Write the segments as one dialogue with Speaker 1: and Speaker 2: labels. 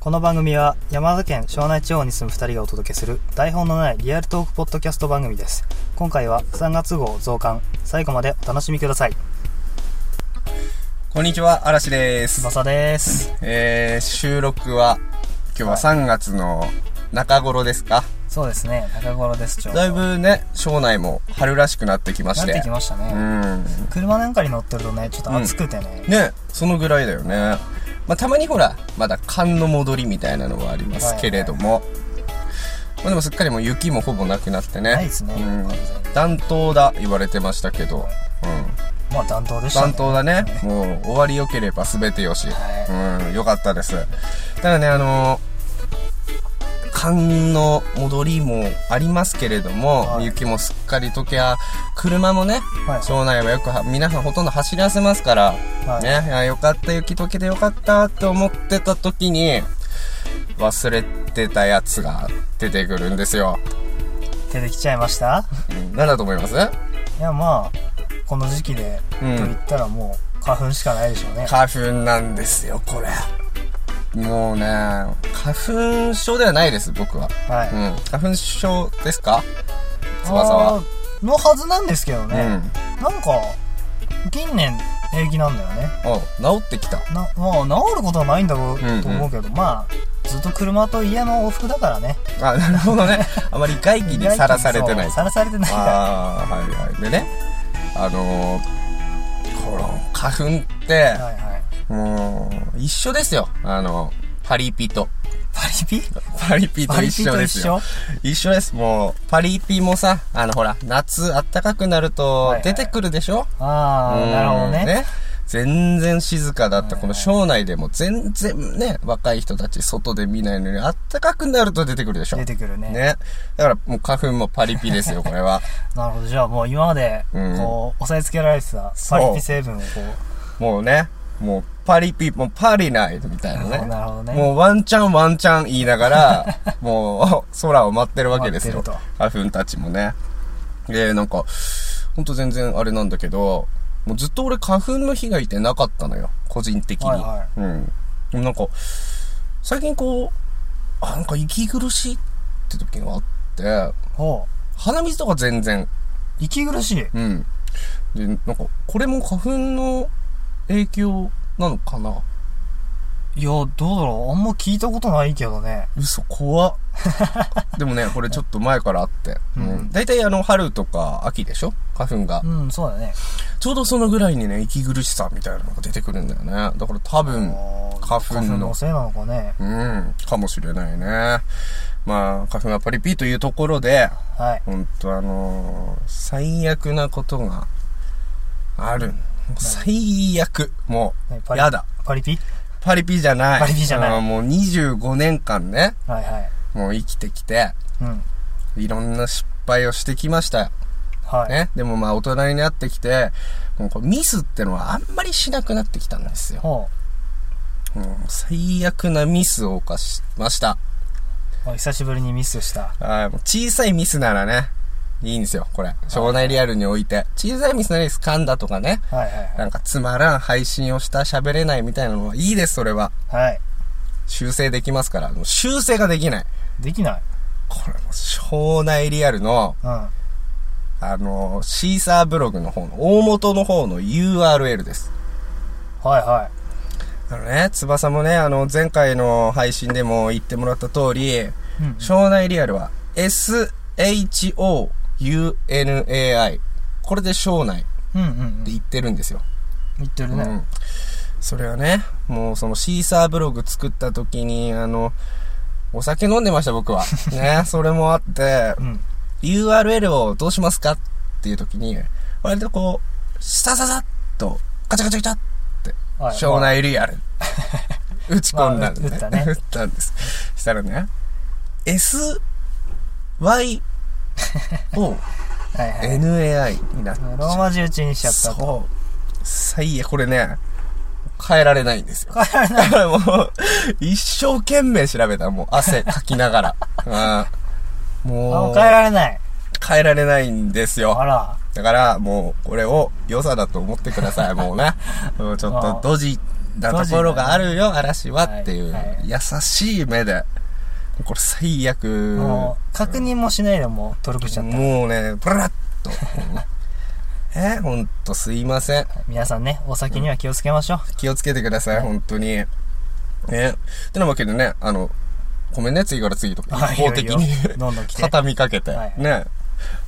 Speaker 1: この番組は山形県庄内地方に住む2人がお届けする台本のないリアルトークポッドキャスト番組です今回は3月号増刊最後までお楽しみください
Speaker 2: こんにちは、嵐です。
Speaker 1: 翼です
Speaker 2: えー、収録は、今日は3月の中頃ですか、
Speaker 1: そうですね中頃ですちょうど
Speaker 2: だいぶね、省内も春らしくなってき
Speaker 1: な
Speaker 2: まし。
Speaker 1: っててきましたね、
Speaker 2: うん。
Speaker 1: 車なんかに乗ってるとねちょっと暑くてね、
Speaker 2: ね、そのぐらいだよね。まあ、たまにほら、まだ寒の戻りみたいなのはありますけれども。まあ、でもすっかりもう雪もほぼなくなってね。
Speaker 1: ないですね、
Speaker 2: うん。暖冬だ、言われてましたけど。うん。
Speaker 1: まあ暖冬でした
Speaker 2: 担
Speaker 1: ね
Speaker 2: 当だね。もう、終わり良ければ全てよし。うん、良かったです。ただね、あのー、寒の戻りもありますけれども、
Speaker 1: はい
Speaker 2: 雪もすっかり溶けや、車もね、
Speaker 1: はい
Speaker 2: 町内はよくは、皆さんほとんど走らせますから、
Speaker 1: はい
Speaker 2: ね、いやよかった、雪解けてよかったって思ってた時に、忘れてたやつが出てくるんですよ。
Speaker 1: 出てきちゃいました
Speaker 2: うん、何だと思います
Speaker 1: いやまあこの時期で、
Speaker 2: うん
Speaker 1: と言ったらもう花粉しかないでしょうね
Speaker 2: 花粉なんですよこれもうね花粉症ではないです僕は、
Speaker 1: はい、
Speaker 2: うん、花粉症ですか翼は
Speaker 1: あーのはずなんですけど
Speaker 2: うん
Speaker 1: ね、なんか近年平気なんだよね
Speaker 2: お治ってきた
Speaker 1: なまあ治ることはないんだろう
Speaker 2: うんうん
Speaker 1: と思うけど、まあずっと車と家の往復だからね
Speaker 2: あなるほどねあまり外気にさらされてない
Speaker 1: さらされてないから
Speaker 2: ああはいはいでねあのー、この花粉って
Speaker 1: はいはい
Speaker 2: もう一緒ですよあのパリピと
Speaker 1: パ リピ
Speaker 2: パリピ
Speaker 1: パ
Speaker 2: と
Speaker 1: リ
Speaker 2: 一
Speaker 1: ピ
Speaker 2: 緒
Speaker 1: と
Speaker 2: で
Speaker 1: 一
Speaker 2: す
Speaker 1: 緒
Speaker 2: よ一緒です。もう、パリピもさ、あの、ほら、夏、暖かくなる
Speaker 1: はい
Speaker 2: と
Speaker 1: は、い
Speaker 2: 出てくるでしょ、
Speaker 1: ああ
Speaker 2: うん
Speaker 1: なるほどね
Speaker 2: 全然静かだった。この省内でも全然ね、若い人たち外で見ないのに、暖かくなると出てくるでしょ
Speaker 1: 出てくるね
Speaker 2: ね。だから、もう花粉もパリピですよ、これ は。
Speaker 1: なるほどじゃあもう今までこう、
Speaker 2: うん
Speaker 1: 抑えつけられてたパ
Speaker 2: そう
Speaker 1: リピ成分をこ
Speaker 2: もうね、もう、パリピ、もうパリナイトみたいな
Speaker 1: う、
Speaker 2: ね。
Speaker 1: なるほどね
Speaker 2: もうワンチャンワンチャン言いなが ら、もう空を待ってるわけですよ
Speaker 1: 待ってる。
Speaker 2: 花粉たちもね。で、なんか、ほんと全然あれなんだけど、もうずっと俺花粉の被害ってなかったのよ。個人的に。
Speaker 1: はいは
Speaker 2: うん。でもなんか、最近こう、あ、なんか息苦しいって時があって、
Speaker 1: ほ
Speaker 2: 鼻水とか全然。
Speaker 1: う息苦しい
Speaker 2: うん。で、なんか、これも花粉の影響なのかない
Speaker 1: やどうだろうあんま聞いたことないけどね
Speaker 2: 嘘 怖っでもねこれちょっと前からあって、
Speaker 1: う
Speaker 2: うんん、大体あの春とか秋でしょ花粉が、
Speaker 1: うんそうだね
Speaker 2: ちょうどそのぐらいにね息苦しさみたいなのが出てくるんだよねだから多分
Speaker 1: 花
Speaker 2: 花粉の
Speaker 1: せいなのかね
Speaker 2: うんかもしれないねまあ花粉はパリピというところで
Speaker 1: はい
Speaker 2: ほんとあのー最悪なことがある最悪も
Speaker 1: ねパ
Speaker 2: う
Speaker 1: リ
Speaker 2: やだ
Speaker 1: パリピ
Speaker 2: パリピじゃない
Speaker 1: パリピじゃない
Speaker 2: あーもう25年間ね
Speaker 1: はいはい
Speaker 2: もう生きてきて
Speaker 1: うん
Speaker 2: いろんな失敗をしてきましたよ
Speaker 1: はい、
Speaker 2: ね。でもまあ大人になってきて、もうこうミスってのはあんまりしなくなってきたんですよ。
Speaker 1: ほ
Speaker 2: うん、最悪なミスを犯しました。
Speaker 1: うあ久しぶりにミスした
Speaker 2: はい、もう小さいミスならね、いいんですよ、これ。省内リアルにおいて。小さいミスなり噛んだとかね。
Speaker 1: はいはい
Speaker 2: なんかつまらん配信をした喋れないみたいなのはいいです、それは。
Speaker 1: はいはい
Speaker 2: 修正できますから。もう修正ができない。
Speaker 1: できない
Speaker 2: これもう省内リアルの、
Speaker 1: うんは
Speaker 2: あのシーサーブログの方の、大元の方の URL です。
Speaker 1: いは
Speaker 2: あのね、翼もね、あの、前回の配信でも言ってもらった通り、
Speaker 1: いうん
Speaker 2: 庄内リアルは SHOUNAI。これで庄内って
Speaker 1: うんうんうん
Speaker 2: 言ってるんですよ。
Speaker 1: 言ってる
Speaker 2: う
Speaker 1: ね、
Speaker 2: ん。それはね、もうそのシーサーブログ作った時に、あの、お酒飲んでまし た僕は。ね、それもあって、
Speaker 1: うん
Speaker 2: URL をどうしますかっていう時に、割とこう、さささっと、ガチャガチャガチャって、
Speaker 1: はい
Speaker 2: 庄内リアル。打ち込んだんで
Speaker 1: まあ打ったね
Speaker 2: 打ったんです。したらね、S, Y, O,
Speaker 1: はいはい
Speaker 2: N, A, I になっち
Speaker 1: ロー
Speaker 2: ゃ
Speaker 1: マ字打ちにしちゃ
Speaker 2: う。
Speaker 1: ったと
Speaker 2: そう。最悪、これね、変えられないんですよ。変えられない。もう、一生懸命調べた、もう汗かきながら。うん
Speaker 1: あも
Speaker 2: も
Speaker 1: う
Speaker 2: う、
Speaker 1: 変えられない
Speaker 2: 変えられないんですよ
Speaker 1: あ。ら
Speaker 2: だから、もう、これを良さだと思ってください。もうね。うんちょっと、ドジなところがあるよ、嵐は
Speaker 1: はい
Speaker 2: っていう
Speaker 1: はい。
Speaker 2: 優しい目で。これ最悪。
Speaker 1: も
Speaker 2: も
Speaker 1: う、確認もしないでもう登録しちゃった。
Speaker 2: うね、ブラッと。 え、ほんとすいません。
Speaker 1: 皆さんね、お酒には気をつけましょう。
Speaker 2: 気をつけてください、本当に。ね。ってなわけでね、あの、ごめんね、次から次とか、
Speaker 1: はい
Speaker 2: 一方的
Speaker 1: い
Speaker 2: に
Speaker 1: いよいいよどんどん来て。はい
Speaker 2: 畳みかけて、
Speaker 1: はい
Speaker 2: ね。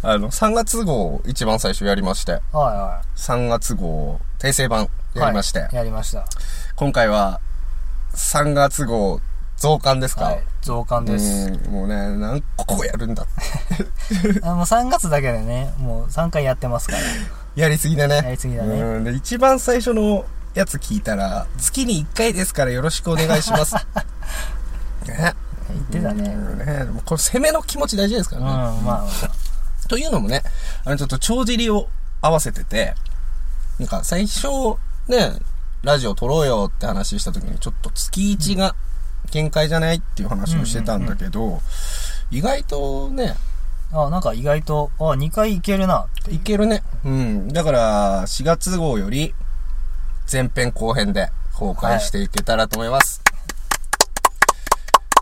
Speaker 2: あの、3月号を一番最初やりまして、
Speaker 1: は
Speaker 2: 3月号、訂正版
Speaker 1: い。
Speaker 2: やりまして、
Speaker 1: はいやりました。
Speaker 2: 今回は、3月号増刊ですか、
Speaker 1: はい。増刊です。
Speaker 2: うんもうね、何個やるんだ
Speaker 1: あもう3月だけでね、もう3回やってますから。
Speaker 2: やりすぎだね。
Speaker 1: やりすぎだね
Speaker 2: うん。で、一番最初のやつ聞いたら、月に1回ですからよろしくお願いし ます。ね。
Speaker 1: 言ってたね。
Speaker 2: うんね。でもこれ攻めの気持ち大事ですか
Speaker 1: うん、
Speaker 2: らね。
Speaker 1: まあまあ。
Speaker 2: というのもね、あの、ちょっと帳尻を合わせてて、なんか最初、ね、ラジオ撮ろうよって話した時に、ちょっと月1が限界じゃないっていう話をしてたんだけど、意外とね、
Speaker 1: あ、なんか意外と、あ、2回いけるなっていう。
Speaker 2: いけるね。うん。だから、4月号より、前編後編で公開していけたらと思います。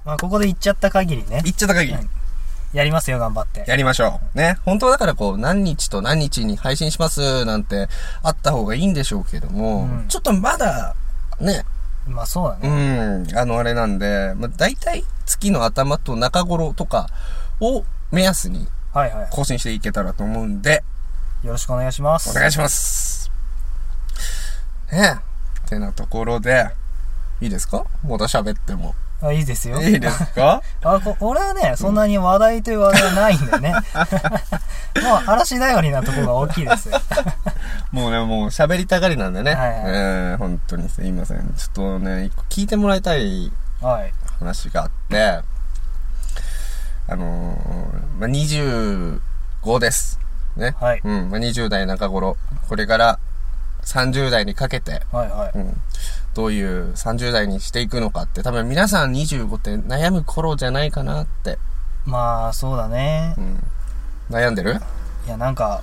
Speaker 1: まあここで言っちゃった限りね
Speaker 2: い、、っちゃった限り
Speaker 1: はい、やりますよ、頑張って。
Speaker 2: やりましょう。ね。本当はだからこう、何日と何日に配信しますなんて、あった方がいいんでしょうけども、
Speaker 1: うん
Speaker 2: ちょっとまだ、ね、
Speaker 1: まあそうだね
Speaker 2: う。ん、あのあれなんで、まあ、大体月の頭と中頃とかを目安に
Speaker 1: はいは
Speaker 2: 更新していけたらと思うんで、
Speaker 1: い。よろしくお願いします。
Speaker 2: お願いします。ねえ。てなところで、いいですかまた喋っても。
Speaker 1: あいいですよ。
Speaker 2: いいですか
Speaker 1: あこ俺はね、そんなに話題という話題はないんだよ ね。もう嵐だよりなところが大きいです。
Speaker 2: もうね、もう喋りたがりなんでね。
Speaker 1: はいはい
Speaker 2: えー本当にすいません。ちょっとね、一個聞いてもらいたい
Speaker 1: はい。
Speaker 2: 話があって、あのーまあ、25です。ね。
Speaker 1: はい
Speaker 2: うん、まあ、20代中頃、これから30代にかけて、
Speaker 1: はいは
Speaker 2: うん、どういう30代にしていくのかって、多分皆さん25って悩む頃じゃないかなって、
Speaker 1: い。まあそうだね
Speaker 2: う。ん、悩んでる
Speaker 1: いやなんか、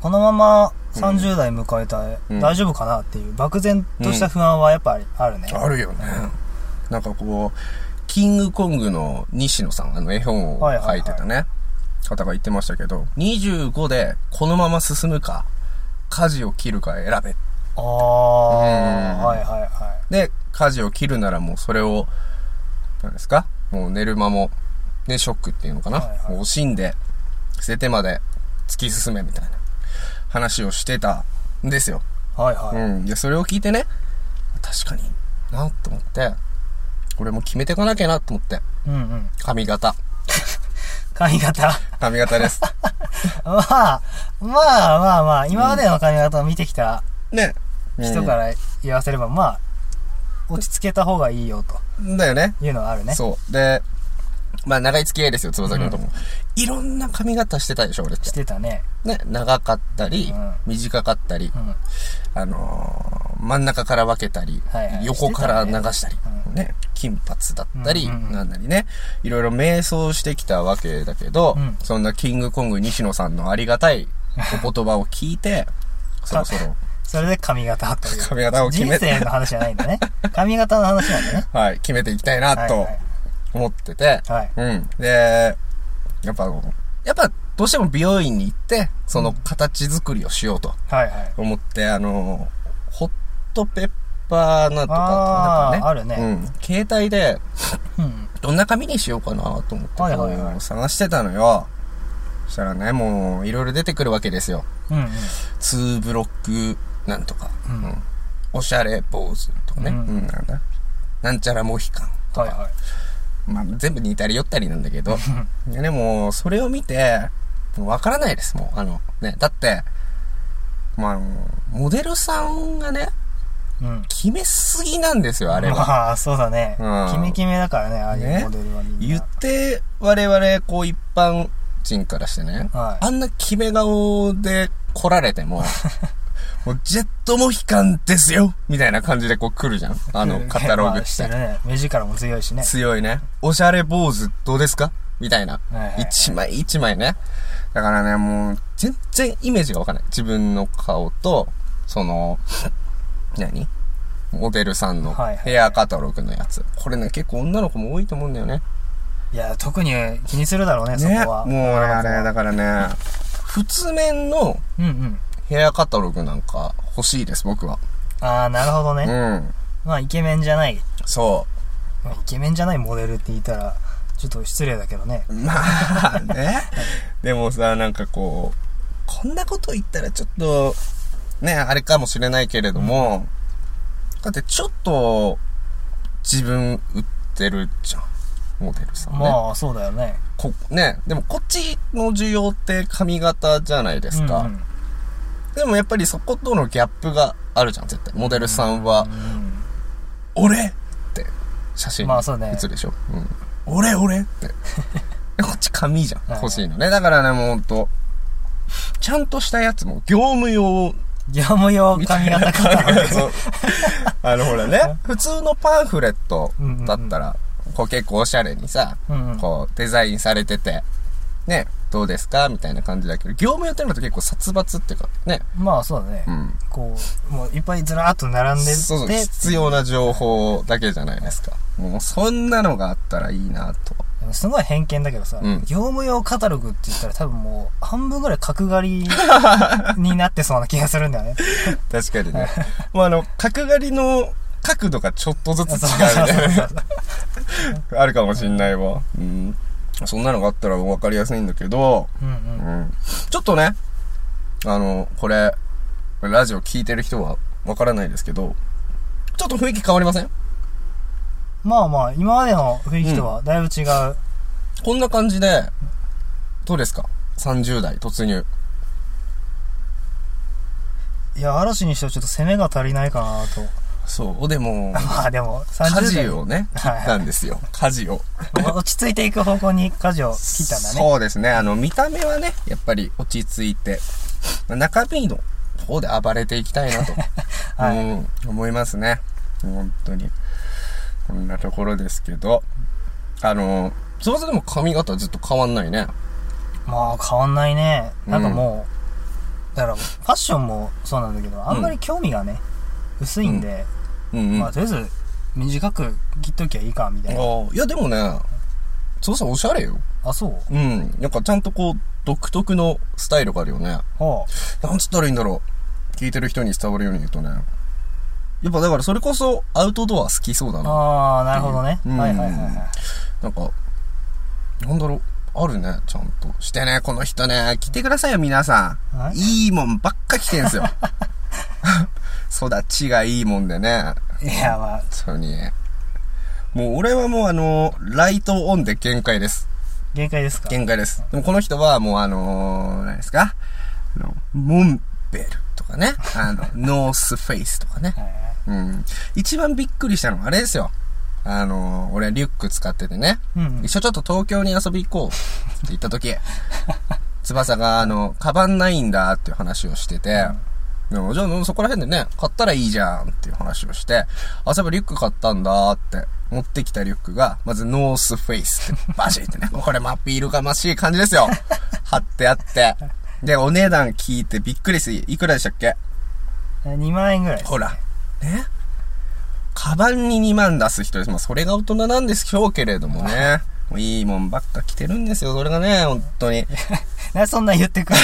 Speaker 1: このまま30代迎えたら
Speaker 2: うん
Speaker 1: 大丈夫かなっていう漠然とした不安はやっぱりあるね。
Speaker 2: あるよね。なんかこう、キングコングの西野さん、あの絵本を書いてたね、方が言ってましたけど、25でこのまま進むか、舵を切るか選
Speaker 1: あ
Speaker 2: べ。
Speaker 1: あ、
Speaker 2: うん
Speaker 1: はいはいは
Speaker 2: で、舵を切るならもうそれを、何ですかもう寝る間も、ね、ショックっていうのかな、
Speaker 1: はいはい
Speaker 2: もう惜しんで、捨ててまで突き進めみたいな話をしてたんですよ。
Speaker 1: い。はいはい。
Speaker 2: うん。で、それを聞いてね、確かになと思って、俺も決めていかなきゃなと思って、
Speaker 1: うんうん。
Speaker 2: 髪型。
Speaker 1: 髪型。
Speaker 2: 髪 型です。
Speaker 1: まあ、まあまあまあ、今までの髪型を見てきた
Speaker 2: ね。
Speaker 1: 人から言わせれば、まあ、落ち着けた方がいいよと
Speaker 2: うん。だよね。
Speaker 1: いうのはあるね。
Speaker 2: そう。で、まあ、長い付き合いですよ、つばさきのとも、いろんな髪型してたでしょ、俺って
Speaker 1: し。てたね。
Speaker 2: ね、長かったり、
Speaker 1: うん
Speaker 2: 短かったり、
Speaker 1: うん。
Speaker 2: あのー真ん中から分けたり、
Speaker 1: はいはい
Speaker 2: 横から流したり、
Speaker 1: してた
Speaker 2: ね金髪だったり、
Speaker 1: うんうんうん
Speaker 2: なんなりね、いろいろ迷走してきたわけだけど、
Speaker 1: うん
Speaker 2: そんなキングコング西野さんのありがたいお言葉を聞 いて、そろそろ、
Speaker 1: それで髪型という。
Speaker 2: 髪型を決め
Speaker 1: 人
Speaker 2: て
Speaker 1: 生の話じゃないんだね。 髪型の話なんだね。
Speaker 2: はい、決めていきたいな、と思ってて、
Speaker 1: はい。
Speaker 2: うん。で、やっぱ、やっぱ、どうしても美容院に行って、その形作りをしようと
Speaker 1: はいはい。
Speaker 2: 思って、あの、ホットペッパーなんと
Speaker 1: あ
Speaker 2: か
Speaker 1: ー、
Speaker 2: なんか
Speaker 1: あるね。
Speaker 2: うん。携帯で、
Speaker 1: うん。
Speaker 2: どんな髪にしようかなと思って、
Speaker 1: はいはいはい
Speaker 2: こう探してたのよ。そしたらね、もう、いろいろ出てくるわけですよ。
Speaker 1: うんうん。
Speaker 2: 2ブロック、なんとか、
Speaker 1: うん
Speaker 2: おしゃれ坊主とかね。
Speaker 1: う
Speaker 2: うんん、なんだ。なんちゃらモヒカン。
Speaker 1: はいはい。
Speaker 2: まあ、全部似たり寄ったりなん だけど。でね、もう、それを見て、もうわからないです、もう。あの、ね、だって、まあ、モデルさんがね、
Speaker 1: うん。
Speaker 2: 決めすぎなんですよ、あれは。
Speaker 1: まあ、そうだね。
Speaker 2: うん
Speaker 1: キメキメだからね、ああいう
Speaker 2: ね
Speaker 1: モデルはみん
Speaker 2: 言
Speaker 1: な
Speaker 2: っ。て、我々、こう、一般人からしてね、
Speaker 1: はい
Speaker 2: あんな決め顔で来られて も、もう、ジェットモヒカンですよみたいな感じでこう来るじゃん。あの、カタログ
Speaker 1: まあ
Speaker 2: し
Speaker 1: して
Speaker 2: て
Speaker 1: る。ね。目力も強いしね。
Speaker 2: 強いね。おしゃれ坊主どうですかみたいな
Speaker 1: はいはいはい。
Speaker 2: 一枚一枚ね。だからね、もう、全 然イメージがわかんない。自分の顔と、その、何モデルさんの
Speaker 1: はいはい
Speaker 2: ヘアカタログのやつ。これね、結構女の子も多いと思うんだよね。
Speaker 1: いや、特に気にするだろうね、そ
Speaker 2: ね。
Speaker 1: こ
Speaker 2: も
Speaker 1: は。
Speaker 2: うね、あれ、だからね、普通面の
Speaker 1: うんうん。
Speaker 2: ヘアカタログなんか欲しいです、僕は。
Speaker 1: ああ、なるほどね。
Speaker 2: うん。
Speaker 1: まあ、イケメンじゃない。
Speaker 2: そ
Speaker 1: まあイケメンじゃないモデルって言ったら、ちょっと失礼だけどね。
Speaker 2: う。まあね。でもさ、なんかこう、こんなこと言ったらちょっと、ね、あれかもしれないけれども、だってちょっと、自分売ってるじゃん。モデルさんね。
Speaker 1: まあ、そうだよね。
Speaker 2: こ、ね、でもこっちの需要って髪型じゃないですか。
Speaker 1: うんうん
Speaker 2: でもやっぱりそことのギャップがあるじゃん、絶対。モデルさんは、俺って写真に
Speaker 1: まあそうね
Speaker 2: 写るでしょ。うん、俺俺って。でこっち髪じゃん、
Speaker 1: はい
Speaker 2: 欲しいのね。だからね、もうほんと、ちゃんとしたやつも、業務用
Speaker 1: 業務用
Speaker 2: みたい
Speaker 1: 髪
Speaker 2: な
Speaker 1: 型
Speaker 2: 感
Speaker 1: か。
Speaker 2: じそうあのほらね、普通のパンフレットだったら、こう結構おしゃれにさ、
Speaker 1: うんうん
Speaker 2: こうデザインされてて、ね、どうですかみたいな感じだけど、業務用ってのだと結構殺伐っていうか、ね、
Speaker 1: まあ、そうだね
Speaker 2: う。ん。
Speaker 1: こう、もういっぱいずらーっと並んで
Speaker 2: そうそう
Speaker 1: て、
Speaker 2: 必要な情報だけじゃないですか。もうそんなのがあったらいいなと。
Speaker 1: でもすごい偏見だけどさ、
Speaker 2: うん
Speaker 1: 業務用カタログって言ったら多分もう半分ぐらい角刈りになってそうな気がするんだよ ね。
Speaker 2: 確かに ね。もうあの、角刈りの角度がちょっとずつ違うみたいな。 あるかもしんないわ。うん。そんなのがあったら分かりやすいんだけど、
Speaker 1: うんう。
Speaker 2: うんん。ちょっとね、あの、これ、ラジオ聞いてる人は分からないですけど、ちょっと雰囲気変わりません
Speaker 1: まあまあ、今までの雰囲気とはだいぶ違う。
Speaker 2: こんな感じで、どうですか ?30 代突入。
Speaker 1: いや、嵐にしてはちょっと攻めが足りないかなと。
Speaker 2: そう。で も、
Speaker 1: まあでも、
Speaker 2: 家
Speaker 1: 30
Speaker 2: 事
Speaker 1: 代。
Speaker 2: をね、切ったんですよ。家事を。
Speaker 1: 落ち着いていく方向に舵を切ったんだね。
Speaker 2: そうですね。あの、見た目はね、やっぱり落ち着いて、中身の方で暴れていきたいなと、
Speaker 1: はい
Speaker 2: うん、思いますね。本当に。こんなところですけど。あの、そもそも髪型ずっと変わんないね。
Speaker 1: まあ変わんないね。なんか
Speaker 2: うん
Speaker 1: もう、だからファッションもそうなんだけど、あんまり興味がね、薄いんで、
Speaker 2: うんうん。
Speaker 1: まあとりあえず短く切っときゃいいか、みたいな。
Speaker 2: ああいや、でもね、そうそう、おしゃれよ。
Speaker 1: あ、そう
Speaker 2: うん。なんかちゃんとこう、独特のスタイルがあるよね。
Speaker 1: は
Speaker 2: なんつったらいいんだろう。聞いてる人に伝わるように言うとね。やっぱだからそれこそアウトドア好きそうだ
Speaker 1: あ、
Speaker 2: な。
Speaker 1: ああ、なるほどね。
Speaker 2: うん
Speaker 1: はいはいはいはい。
Speaker 2: なんか、なんだろう。あるね、ちゃんと。してね、この人ね、来てくださいよ、皆さ
Speaker 1: は
Speaker 2: ん。いいもんばっか来て んすよ。育ちがいいもんでね。
Speaker 1: いや、まあ、
Speaker 2: 本当に。もう俺はもうあの、ライトオンで限界です。
Speaker 1: 限界ですか
Speaker 2: 限界です。でもこの人はもうあのー、何ですかあの、モンベルとかね。あの、ノースフェイスとかね。
Speaker 1: はいはい
Speaker 2: うん。一番びっくりしたのはあれですよ。あのー、俺リュック使っててね。
Speaker 1: うんうん。
Speaker 2: 一緒ちょっと東京に遊び行こうって言った 時、翼があの、カバンないんだっていう話をしてて、でもじゃあそこら辺でね、買ったらいいじゃんっていう話をして、あ、そういえばリュック買ったんだって、持ってきたリュックが、まずノースフェイスってバシってね、 これマッピールがましい感じで すよ。貼ってあって。で、お値段聞いてびっくりする。いくらでしたっけ
Speaker 1: 2万円ぐらい。
Speaker 2: ほら。ね。カバンに2万出す人です。まあ、それが大人なんですよ、けれどもね。もういいもんばっか着てるんですよ、それがね、本当に。
Speaker 1: なんでそんな言ってくる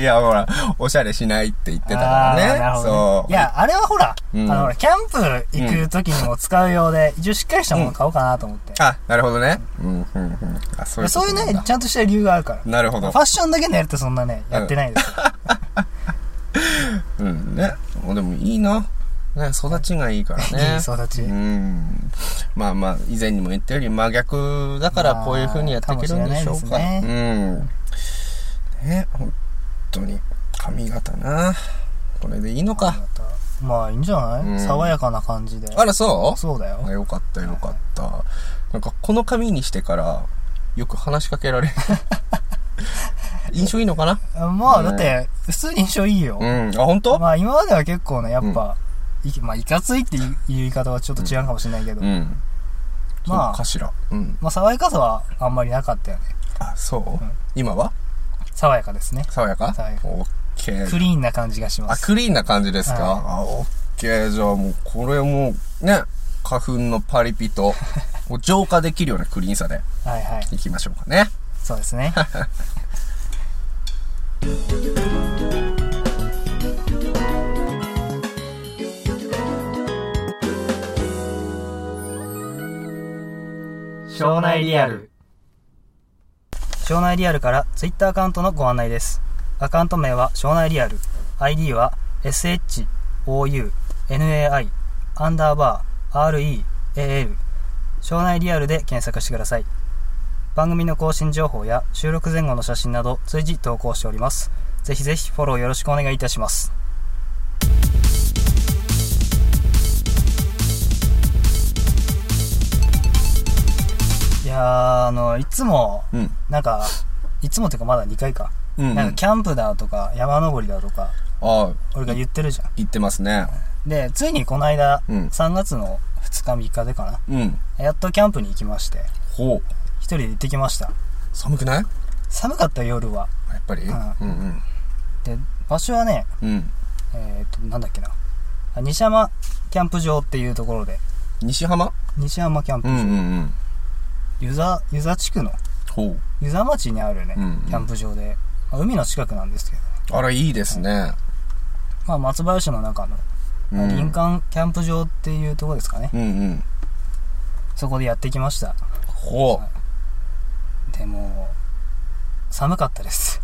Speaker 2: いや、ほら、おしゃれしないって言ってたから
Speaker 1: あーなる
Speaker 2: ね。
Speaker 1: ほどね。
Speaker 2: そう。
Speaker 1: い、や、あれはほら、
Speaker 2: うん
Speaker 1: あの、ほらキャンプ行く時にも使うようで、一応しっかりしたもの買おうかなと思って。
Speaker 2: あ、なるほどね。うん、うん、うん。あ、そういうこ
Speaker 1: そうい
Speaker 2: と
Speaker 1: う
Speaker 2: なんだ
Speaker 1: ね、ちゃんとした理由があるから。
Speaker 2: なるほ
Speaker 1: フ
Speaker 2: ど
Speaker 1: ァ。ッションだけのやるとそんなね、やってないですよ。
Speaker 2: うん、ね。もうでもいいな。ね、育ちがいいから
Speaker 1: い
Speaker 2: ね。
Speaker 1: い育ち
Speaker 2: うん。まあまあ、以前にも言ったより真逆だから
Speaker 1: まあ
Speaker 2: こういう風にやっていけるんでしょ
Speaker 1: か
Speaker 2: う
Speaker 1: もし
Speaker 2: か。
Speaker 1: れないです
Speaker 2: うん。ね、本当に髪型な。これでいいのか。
Speaker 1: まあ、いいんじゃない、
Speaker 2: うん
Speaker 1: 爽やかな感じで。
Speaker 2: あら、そう
Speaker 1: そうだよ
Speaker 2: あ。よかったよかった。なんかこの髪にしてからよく話しかけられ る。印象いいのかな
Speaker 1: まあ、だって、普通に印象いいよ。
Speaker 2: うん。あ、本当
Speaker 1: まあ今までは結構ね、やっぱ、いまあいかついっていう言い方はちょっと違うかもしれないけど、
Speaker 2: うん。
Speaker 1: まあ
Speaker 2: そうかしら。うん。
Speaker 1: まあ爽やかさはあんまりなかったよね。
Speaker 2: あ、そう、
Speaker 1: うん
Speaker 2: 今は
Speaker 1: 爽やかですね。
Speaker 2: 爽やか
Speaker 1: 爽やか
Speaker 2: オッケー。
Speaker 1: クリーンな感じがしま
Speaker 2: あ、
Speaker 1: す。
Speaker 2: クリーンな感じですか、
Speaker 1: はい
Speaker 2: あ、オッケー。じゃあもう、これもう、ね、花粉のパリ ピと、もう浄化できるようなクリーンさで
Speaker 1: はいはい。
Speaker 2: いきましょうかね。
Speaker 1: そうですね。
Speaker 2: 庄内リアル。
Speaker 1: 庄内リアルから Twitter アカウントのご案内です。アカウント名は庄内リアル。ID は SHOUNAI アンダーバー REAL 庄内リアルで検索してください。番組の更新情報や収録前後の写真など随時投稿しております。ぜひぜひフォローよろしくお願いいたします。いやー、あの、いつも、
Speaker 2: うん。
Speaker 1: なんか、いつもっていうかまだ2回か。
Speaker 2: うん、うん。
Speaker 1: なんかキャンプだとか山登りだとか、
Speaker 2: ああ、
Speaker 1: 俺が言ってるじゃ
Speaker 2: 言ってますね。
Speaker 1: ん。で、ついにこの間、
Speaker 2: うん
Speaker 1: 3月の2日3日でか
Speaker 2: うん。
Speaker 1: な。やっとキャンプに行きまして、
Speaker 2: ほう。
Speaker 1: 一人で行ってきました。
Speaker 2: 寒くない
Speaker 1: 寒かった夜は。
Speaker 2: やっぱり、
Speaker 1: うん
Speaker 2: うんうん。
Speaker 1: で、場所はね、
Speaker 2: うん。
Speaker 1: えっ、と、なんだっけな。あ西山キャンプ場っていうところで、
Speaker 2: 西浜
Speaker 1: 西山キャンプ
Speaker 2: う、んうんうん。
Speaker 1: 湯沢、湯沢地区の、
Speaker 2: ほう。
Speaker 1: 湯沢町にあるね、
Speaker 2: うんうん
Speaker 1: キャンプ場で、まあ海の近くなんですけど、
Speaker 2: あら、いいですね。
Speaker 1: まあ松林の中の、
Speaker 2: うん。
Speaker 1: 林間キャンプ場っていうところですかね。
Speaker 2: うんうん。
Speaker 1: そこでやってきました。
Speaker 2: ほう。
Speaker 1: でも、寒かった です。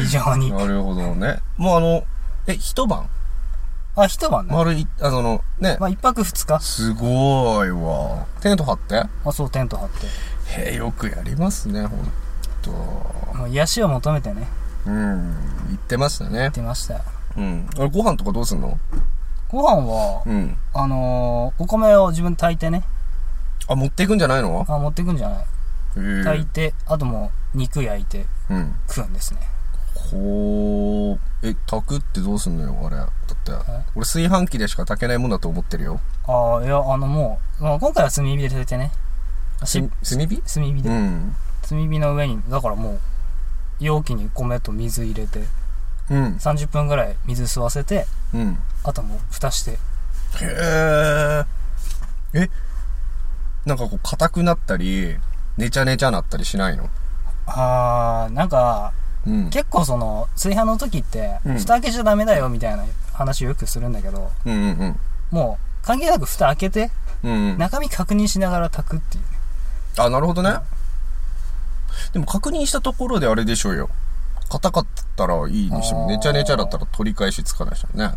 Speaker 1: 非常に。
Speaker 2: なるほどね。もうあの、え、一晩
Speaker 1: あ、一晩ね。
Speaker 2: 丸い、あその、ね。
Speaker 1: まあ、一泊二日。
Speaker 2: すごいわ。テント張って
Speaker 1: あ、そう、テント張って。
Speaker 2: へえ、よくやりますね、ほんと。
Speaker 1: もう癒しを求めてね、
Speaker 2: うん。言ってましたね。
Speaker 1: 出ましたよ。
Speaker 2: うん。あれ、ご飯とかどうすんの
Speaker 1: ご飯は、
Speaker 2: うん。
Speaker 1: あのーお米を自分で炊いてね、
Speaker 2: あ、持っていくんじゃないの
Speaker 1: あ、持ってくんじゃない
Speaker 2: へえ。
Speaker 1: 炊いて、あともう、肉焼いて
Speaker 2: うん。
Speaker 1: 食うんですね。
Speaker 2: ほう。え、炊くってどうすんのよ、あれ。だって
Speaker 1: え、
Speaker 2: 俺炊飯器でしか炊けないもんだと思ってるよ。
Speaker 1: ああ、いや、あのもう、まあ、今回は炭火で炊いてね。あし
Speaker 2: 炭炭火
Speaker 1: 炭火で、
Speaker 2: うん。
Speaker 1: 炭火の上に、だからもう、容器に米と水入れて、
Speaker 2: うん。
Speaker 1: 30分ぐらい水吸わせて、
Speaker 2: うん。
Speaker 1: あともう蓋して
Speaker 2: へえ。え、なんかこう、硬くなったり、ねちゃねちゃなったりしないの
Speaker 1: あーなんか
Speaker 2: うん。
Speaker 1: 結構その炊飯の時って
Speaker 2: うん
Speaker 1: 蓋開けちゃダメだよみたいな話をよくするんだけど、
Speaker 2: うんうんうん。
Speaker 1: もう関係なく蓋開けて
Speaker 2: うんうん。
Speaker 1: 中身確認しながら炊くっていうね
Speaker 2: あ、なるほどね。でも確認したところであれでしょうよ。硬かったらいいにしても、
Speaker 1: あー
Speaker 2: ねちゃねちゃだったら取り返しつかないしね。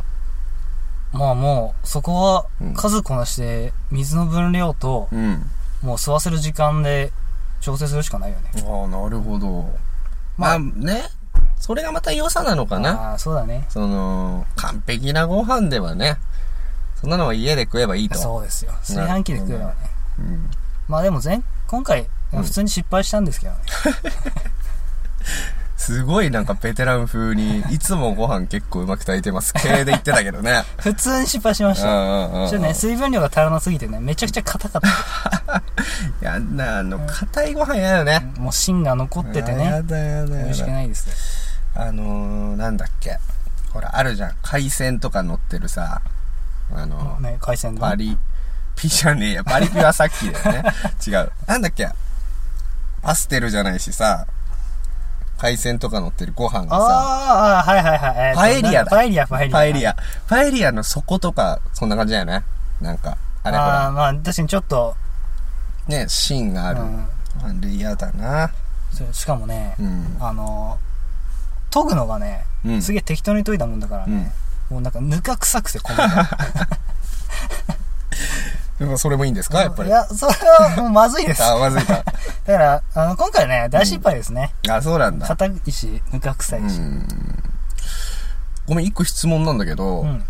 Speaker 1: まあもうそこは
Speaker 2: うん
Speaker 1: 数こなして水の分量と
Speaker 2: うん。
Speaker 1: もう吸わせる時間で調整するしかないよね
Speaker 2: ああ、なるほど。まあね、それがまた良さなのかな。
Speaker 1: ああーそうだね
Speaker 2: その、完璧なご飯ではね、そんなのは家で食えばいいと。
Speaker 1: そうですよ炊飯器で食えばね
Speaker 2: うん。
Speaker 1: まあでも前今回
Speaker 2: うん
Speaker 1: 普通に失敗したんですけどね、
Speaker 2: すごいなんかベテラン 風に、いつもご飯結構うまく炊いてます系で言ってたけ どね。
Speaker 1: 普通に失敗しまし
Speaker 2: うん
Speaker 1: た
Speaker 2: うんうん。
Speaker 1: ちょっとね、水分量が足らなすぎてね、めちゃくちゃ硬かった。
Speaker 2: やんな、あの、硬いご飯嫌だよね。
Speaker 1: もう芯が残ってて
Speaker 2: あや
Speaker 1: ね、
Speaker 2: だやだ
Speaker 1: 美
Speaker 2: や
Speaker 1: 味しく
Speaker 2: だ。
Speaker 1: ないですね。
Speaker 2: あのー、なんだっけ。ほら、あるじゃん。海鮮とか乗ってるさ、あのー、
Speaker 1: ね、海鮮
Speaker 2: パ
Speaker 1: 丼。
Speaker 2: リピじゃねえや。パリピはさっきだ よね。違う。なんだっけ。パステルじゃないしさ、海鮮とか乗ってるご飯がさ、
Speaker 1: あーあー、はいはいはい。えーと
Speaker 2: パエリアだ
Speaker 1: パエリア、パエリア。
Speaker 2: パエリア。パエリアの底とか、そんな感じだよね。なんか、あ
Speaker 1: あ
Speaker 2: れほら
Speaker 1: あー、まあ、確かにちょっと、
Speaker 2: ね、芯がある。
Speaker 1: うん
Speaker 2: あれ嫌だな。
Speaker 1: そうしかもね
Speaker 2: う、ん。
Speaker 1: あのー、研ぐのがね、
Speaker 2: うん。
Speaker 1: すげえ適当に研いだもんだから
Speaker 2: う
Speaker 1: ね、
Speaker 2: ん。
Speaker 1: もうなんかぬか臭 くて、こんなの
Speaker 2: でもそれもいいんですかやっぱり。
Speaker 1: い
Speaker 2: あ、
Speaker 1: や、それはもうまずいです。だ
Speaker 2: まずいか。
Speaker 1: から、あの、今回ね、大失敗ですね。
Speaker 2: あ、そうなん だ。
Speaker 1: 硬いし、ぬか臭いし。
Speaker 2: うんごめん、一個質問なんだけど、
Speaker 1: うん。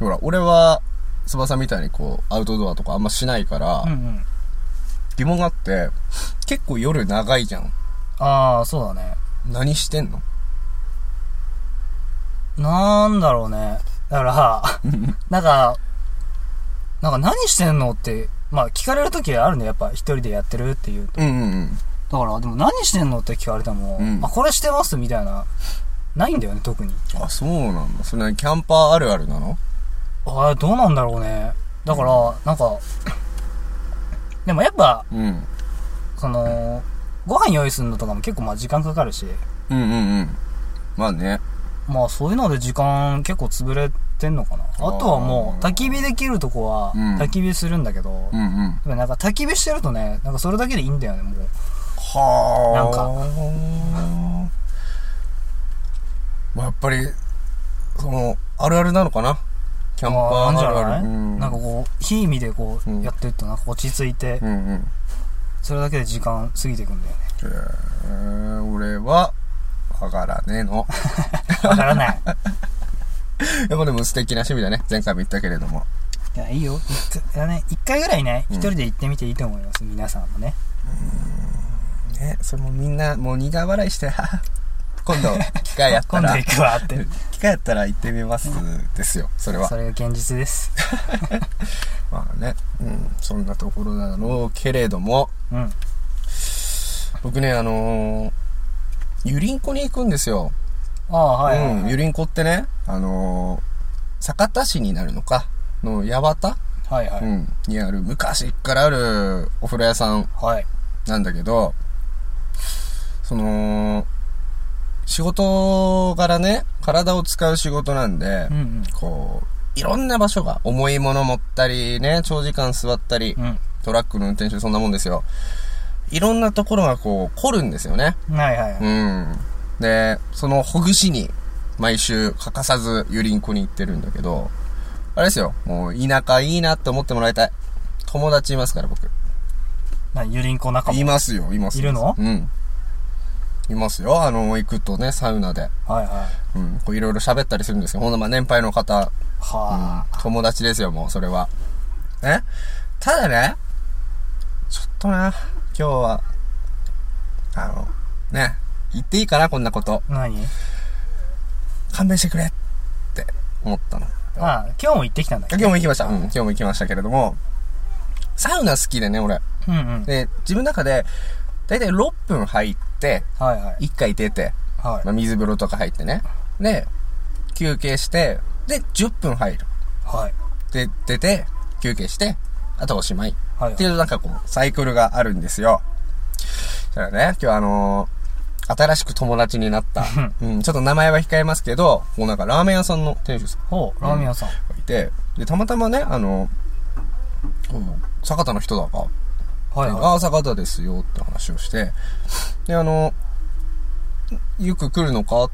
Speaker 2: ほら、俺は、翼みたいにこう、アウトドアとかあんましないから、
Speaker 1: うんうん。
Speaker 2: 疑問があって、結構夜長いじゃん。
Speaker 1: ああ、そうだね。
Speaker 2: 何してんの
Speaker 1: なんだろうね。だ から、なんか、なんか何してんのって、まあ聞かれるときあるんだよ、やっぱ一人でやってるっていうと。
Speaker 2: うんうん
Speaker 1: だから、でも何してんのって聞かれても、
Speaker 2: うん
Speaker 1: あ、これしてますみたいな、ないんだよね、特に。
Speaker 2: うん。あ、そうなんだ。それ何キャンパーあるあるなの
Speaker 1: あれどうなんだろうね。だから、なんか、でもやっぱ、
Speaker 2: うん。
Speaker 1: その、ご飯用意するのとかも結構まあ時間かかるし、
Speaker 2: うんうんうん。まあね。
Speaker 1: まあそういうので時間結構潰れてんのかな。あとはもう、
Speaker 2: あー
Speaker 1: 焚き火できるとこは
Speaker 2: うん
Speaker 1: 焚き火するんだけど、
Speaker 2: うんうん。
Speaker 1: でもなんか焚き火してるとね、なんかそれだけでいいんだよね、もう。
Speaker 2: は
Speaker 1: な
Speaker 2: あ。
Speaker 1: んか
Speaker 2: まあやっぱり、その、あるあるなのかなキャンパ
Speaker 1: あーなんじ
Speaker 2: ー
Speaker 1: ゃ
Speaker 2: ある
Speaker 1: ない
Speaker 2: ある。うん
Speaker 1: なんかこう、火見でこ
Speaker 2: うん
Speaker 1: う、やってるとなんか落ち着いて、
Speaker 2: うんうん。
Speaker 1: それだけで時間過ぎていくんだよね。
Speaker 2: えー俺は、わからねえの。
Speaker 1: わからない。
Speaker 2: やっぱでも素敵な趣味だね。前回も言ったけれども。
Speaker 1: いや、いいよ。一回、いやね、一回ぐらいね、
Speaker 2: うん
Speaker 1: 一人で行ってみていいと思います、皆さんもね。
Speaker 2: ね、それもみんな、もう苦笑いして、は は今度、機会やった
Speaker 1: 今度
Speaker 2: ら、
Speaker 1: 行くわって。
Speaker 2: 機会やったら行ってみます、ですよ、それは
Speaker 1: そ。れが現実 です。
Speaker 2: まあね、うん、そんなところだろうけれども、
Speaker 1: うん。
Speaker 2: 僕ね、あのー、ゆりんこに行くんですよ。
Speaker 1: ああ、はいはい、
Speaker 2: うん、ゆりんこってね、あのー、酒田市になるのか、の八幡、
Speaker 1: はいはい。
Speaker 2: うん、にある、昔っからあるお風呂屋さん
Speaker 1: はい。
Speaker 2: なんだけど、その、仕事柄ね、体を使う仕事なんで
Speaker 1: う、ん
Speaker 2: こう、いろんな場所が、重いもの持ったりね、長時間座ったり
Speaker 1: う、ん。
Speaker 2: トラックの運転手そんなもんですよ。いろんなところがこう、凝るんですよね。
Speaker 1: うん。はいはいは
Speaker 2: う
Speaker 1: い。
Speaker 2: ん。で、そのほぐしに、毎週欠かさずゆりんこに行ってるんだけど、あれですよ、もう田舎いいなって思ってもらいたい。友達いますから僕。
Speaker 1: な、ゆりんこ仲
Speaker 2: い
Speaker 1: 間。
Speaker 2: ますよ、いますよ
Speaker 1: いるの
Speaker 2: うん。いますよ。あの、行くとね、サウナで。
Speaker 1: はいはい。
Speaker 2: うん。こういろいろ喋ったりするんですよ。ほんとまあ、年配の方、う
Speaker 1: は
Speaker 2: ん。友達ですよ、もう、それは。ねただね、ちょっとな、今日は、あの、ね、言っていいかな、こんなこと。
Speaker 1: あ。何
Speaker 2: 勘弁してくれって思ったの。
Speaker 1: ああ、今日も行ってきたんだっけ
Speaker 2: 今日も行きました。うん、今日も行きましたけれども、サウナ好きでね、俺。
Speaker 1: うんうん。
Speaker 2: で、自分の中で、だいたい6分入って、
Speaker 1: はいはい。
Speaker 2: 1回出て、
Speaker 1: はい
Speaker 2: ま。あ、水風呂とか入ってね。で、休憩して、で、10分入る。
Speaker 1: はい。
Speaker 2: で、出て、休憩して、あとおしまい。
Speaker 1: はい
Speaker 2: っていうなんかこう、サイクルがあるんですよ。そしたらね、今日あのー新しく友達になった、うん、ちょっと名前は控えますけど、もうなんかラーメン屋さんの店主さん
Speaker 1: ほう、ラーメン屋さん。
Speaker 2: がいて、で、たまたまね、あのうん坂田の人だか、
Speaker 1: はい
Speaker 2: あ
Speaker 1: は
Speaker 2: あ、坂田ですよって話をして、で、あの、よく来るのか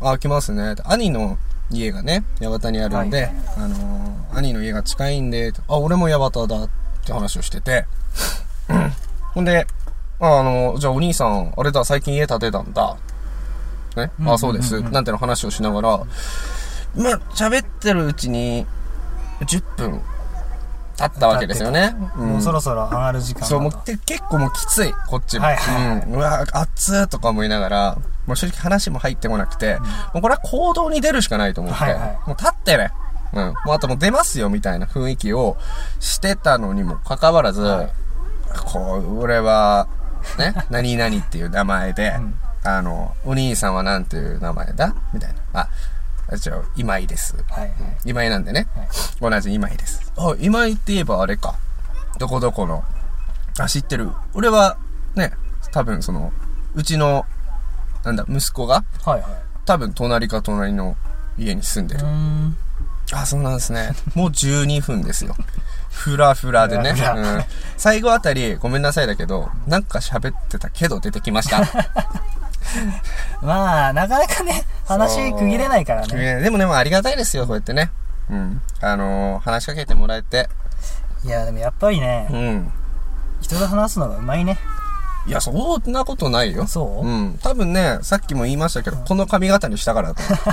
Speaker 2: あ、来ますね。兄の家がね、八幡にあるんで、
Speaker 1: はい
Speaker 2: あのー、兄の家が近いんで、あ、俺も八幡だって話をしてて、 ほんで、ああの、じゃあお兄さん、あれだ、最近家建てたんだ。ね、
Speaker 1: うん
Speaker 2: あ、そうです。
Speaker 1: うんうん
Speaker 2: なんての話をしながら、まあ、喋ってるうちに、10分経ったわけですよね。
Speaker 1: い。もうそろそろ上がる時間
Speaker 2: そう、もう
Speaker 1: だ
Speaker 2: け結構もうきつい、こっちも。
Speaker 1: はいは
Speaker 2: うん。うわ、熱ーとか思いながら、もう正直話も入ってこなくて、もうこれは行動に出るしかないと思って、
Speaker 1: はいはい
Speaker 2: もう立ってね、うん。もうあともう出ますよみたいな雰囲気をしてたのにもかかわらず、こう、俺は、 ね、何々っていう名前で、
Speaker 1: ん
Speaker 2: あの、お兄さんはなんていう名前だみたいな。あ、じゃあ、今井です。
Speaker 1: はいはい。
Speaker 2: 今井なんでね、同じ今井ですあ今井って言えばあれかどこどこのあ知ってる俺はね多分そのうちのなんだ息子が
Speaker 1: はいはい。
Speaker 2: 多分隣か隣の家に住んで
Speaker 1: う
Speaker 2: る、
Speaker 1: ーん。
Speaker 2: あそうなんですねもう12分ですよフラフラでね
Speaker 1: フラフラ
Speaker 2: うん、最後あたりごめんなさいだけどなんか喋ってたけど出てきました
Speaker 1: まあ、なかなかね、話区切れないからね。
Speaker 2: ねでもでもありがたいですよこうやってねうんあのー話しかけてもらえて
Speaker 1: いや、でもやっぱりね
Speaker 2: う、ん
Speaker 1: 人と話すのがうまいね。
Speaker 2: いや、そんなことないよ。
Speaker 1: そう
Speaker 2: うん。多分ね、さっきも言いましたけど、この髪型にしたからだと思う。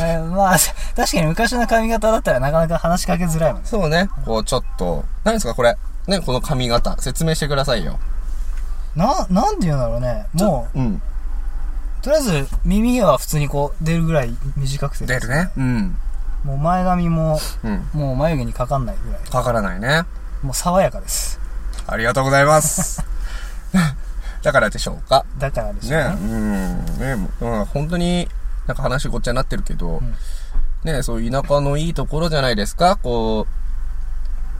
Speaker 1: えーまあ、確かに昔の髪型だったらなかなか話しかけづらいもんね。
Speaker 2: そうね。こう、ちょっと、何ですか、これ。ね、この髪型。説明してくださいよ。
Speaker 1: な、なんて言うんだろうね。も
Speaker 2: うん。
Speaker 1: う、とりあえず耳は普通にこう出るぐらい短くて。
Speaker 2: 出るね。うん。
Speaker 1: もう前髪も、
Speaker 2: うん。
Speaker 1: もう眉毛にかかんないぐらい。
Speaker 2: かからないね。
Speaker 1: もう爽やかです。
Speaker 2: ありがとうございます。 だからでしょうか。
Speaker 1: だからでしょう
Speaker 2: ね
Speaker 1: ね。。
Speaker 2: うん。ね、もううん本当に、なんか話ごっちゃになってるけど、
Speaker 1: ん
Speaker 2: ね、そういう田舎のいいところじゃないですかこ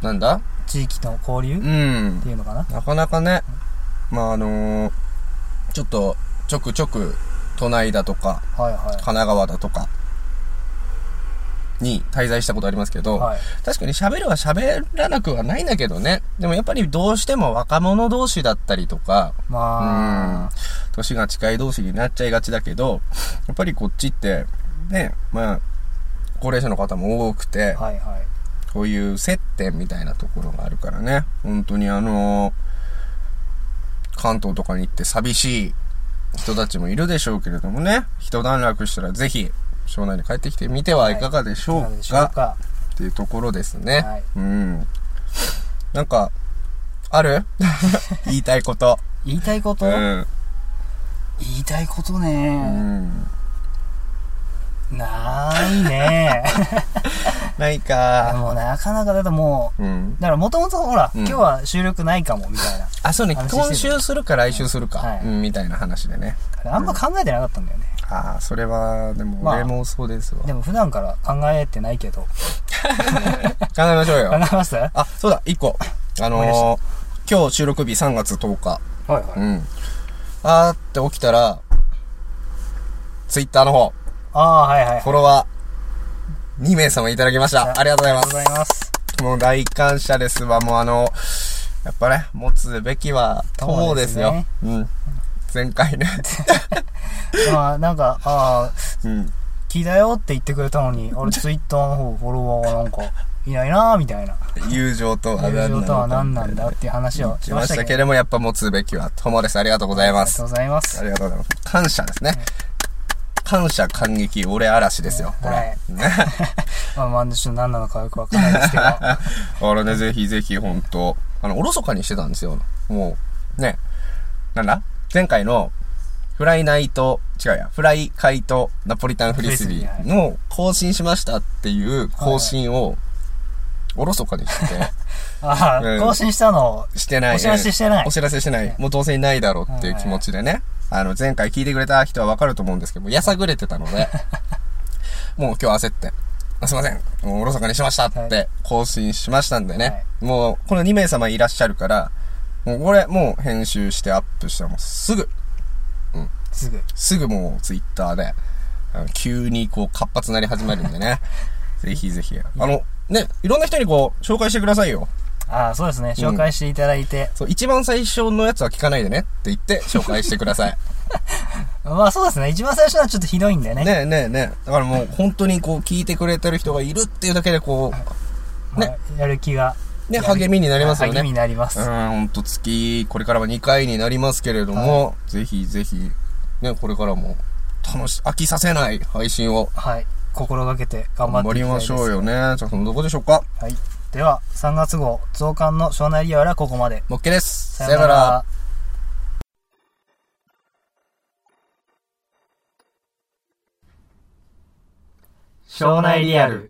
Speaker 2: う、なんだ
Speaker 1: 地域の交流
Speaker 2: う
Speaker 1: っ
Speaker 2: ん
Speaker 1: て。いうのかな。
Speaker 2: なかなかね、まああのーちょっと、ちょくちょく、都内だとか、
Speaker 1: はいは
Speaker 2: 神奈川だとか、に滞在したことありますけ
Speaker 1: い。
Speaker 2: ど、
Speaker 1: はい。
Speaker 2: 確かに喋るは喋らなくはないんだけどね。でもやっぱりどうしても若者同士だったりとか、うん
Speaker 1: まあ、。
Speaker 2: 年が近い同士になっちゃいがちだけど、やっぱりこっちって、ね、まあ、高齢者の方も多くて、
Speaker 1: はいはい。
Speaker 2: こういう接点みたいなところがあるからね。本当にあの関東とかに行って寂しい人たちもいるでしょうけれどもね。一段落したらぜひ、庄内に帰ってきてみてはいかがでしょう
Speaker 1: いかがでし
Speaker 2: か、
Speaker 1: ょうか。
Speaker 2: っていうところですね。
Speaker 1: はい
Speaker 2: うん。なんか、ある言いたいこと。
Speaker 1: 言いたいこと、
Speaker 2: うん。
Speaker 1: 言いたいこと
Speaker 2: う
Speaker 1: ね、
Speaker 2: ん。
Speaker 1: ない ね
Speaker 2: ないか。
Speaker 1: もうなかなかだとも
Speaker 2: うん。
Speaker 1: うだからもともとほら、
Speaker 2: うん
Speaker 1: 今日は収録ないかもみたいな
Speaker 2: あ、そうね。
Speaker 1: 話してる
Speaker 2: 今週するか来週するか、
Speaker 1: はい
Speaker 2: うんみたいな話でね。
Speaker 1: あれあんま考えてなかったんだよね、
Speaker 2: ああ、それは、でも
Speaker 1: まあ
Speaker 2: 俺もそうですわ。
Speaker 1: でも普段から考えてないけど
Speaker 2: 考えましょう
Speaker 1: 考え
Speaker 2: よ。
Speaker 1: ますは
Speaker 2: あ、そうだ、一個。あの
Speaker 1: 思い出
Speaker 2: ー、今日収録日3月10日。
Speaker 1: いは
Speaker 2: うん。あーって起きたら、ツイッターの方、
Speaker 1: ああはいはいあり
Speaker 2: フォロワー、2名様いただきました。ありがとうござい
Speaker 1: が
Speaker 2: ま
Speaker 1: とうご
Speaker 2: す。
Speaker 1: ざいます
Speaker 2: もう大感謝ですわ。もうあの、やっぱね、持つべきは
Speaker 1: そ
Speaker 2: 友
Speaker 1: うで
Speaker 2: ですす
Speaker 1: ね
Speaker 2: よ。うん。前 回ね。
Speaker 1: まあなんかああ
Speaker 2: うん。
Speaker 1: 聞いたよって言ってくれたのに俺ツイッターの方フォロワーがなんかいないなーみたいな
Speaker 2: 友情とは何な
Speaker 1: 友情
Speaker 2: のか
Speaker 1: とは何なんだっていう話
Speaker 2: 言
Speaker 1: を
Speaker 2: っ
Speaker 1: してま
Speaker 2: ま
Speaker 1: し
Speaker 2: したた
Speaker 1: け
Speaker 2: け
Speaker 1: ど
Speaker 2: れども、やっぱ持つべきは友です。ありがとうござい
Speaker 1: あ
Speaker 2: ま
Speaker 1: りが
Speaker 2: す
Speaker 1: と。うございま
Speaker 2: あ
Speaker 1: す
Speaker 2: りがとうございます。感謝ですね。感謝、感激、俺嵐ですよ。これ。
Speaker 1: はい
Speaker 2: ね。
Speaker 1: まあまあちょっと何なのかよくわかんない ですけど
Speaker 2: あれね、ぜひぜひ、ほんと。あの、おろそかにしてたんですよ。もう、ね。なんだ前回の、フライナイト、違うや、フライカイトナポリタンフリスビ
Speaker 1: フリス
Speaker 2: ー
Speaker 1: ビー
Speaker 2: の更新しましたっていう更新を、おろそかにして
Speaker 1: あ
Speaker 2: う
Speaker 1: あ
Speaker 2: ん
Speaker 1: 更新したのを
Speaker 2: て、してな い。
Speaker 1: お知らせしてない
Speaker 2: お知らせしてない。もうどうせいないだろうっていう気持ちでね。あの、前回聞いてくれた人はわかると思うんですけど、やさぐれてたの で、もう今日焦って、あすいません、もうおろそかにしましたっ
Speaker 1: はい
Speaker 2: て更新しましたんでね。
Speaker 1: はい
Speaker 2: もう、この2名様いらっしゃるから、もうこれ、もう編集してアップしたらもうすぐ、
Speaker 1: すぐ
Speaker 2: すぐもうツイッターで、あの急にこう活発になり始めるん でね。ぜひぜひ。あの、ね、いろんな人にこう、紹介してくださいよ。
Speaker 1: ああそうですね紹介していただいて、
Speaker 2: そう、一番最初のやつは聞かないでねって言って紹介してください。
Speaker 1: まあそうですね一番最初のはちょっとひどいんでね
Speaker 2: ねえねえねえ。だからもう本当にこう聞いてくれてる人がいるっていうだけでこ
Speaker 1: まあやる気が
Speaker 2: う、ね、励みになりますよ
Speaker 1: 励み
Speaker 2: ね。
Speaker 1: になります、
Speaker 2: うん、ほんと月、これからは2回になりますけれども、ぜひぜひ、ね、これからも楽し、飽きさせない配信を
Speaker 1: はい心がけて頑張
Speaker 2: 頑
Speaker 1: って
Speaker 2: 張
Speaker 1: いき
Speaker 2: り
Speaker 1: たい
Speaker 2: ま
Speaker 1: です
Speaker 2: しょうよね。じゃあそのどこでしょうか
Speaker 1: はい、では3月号増刊の庄内リアルはここまで
Speaker 2: もっけです。さよなら。
Speaker 1: 庄内リアル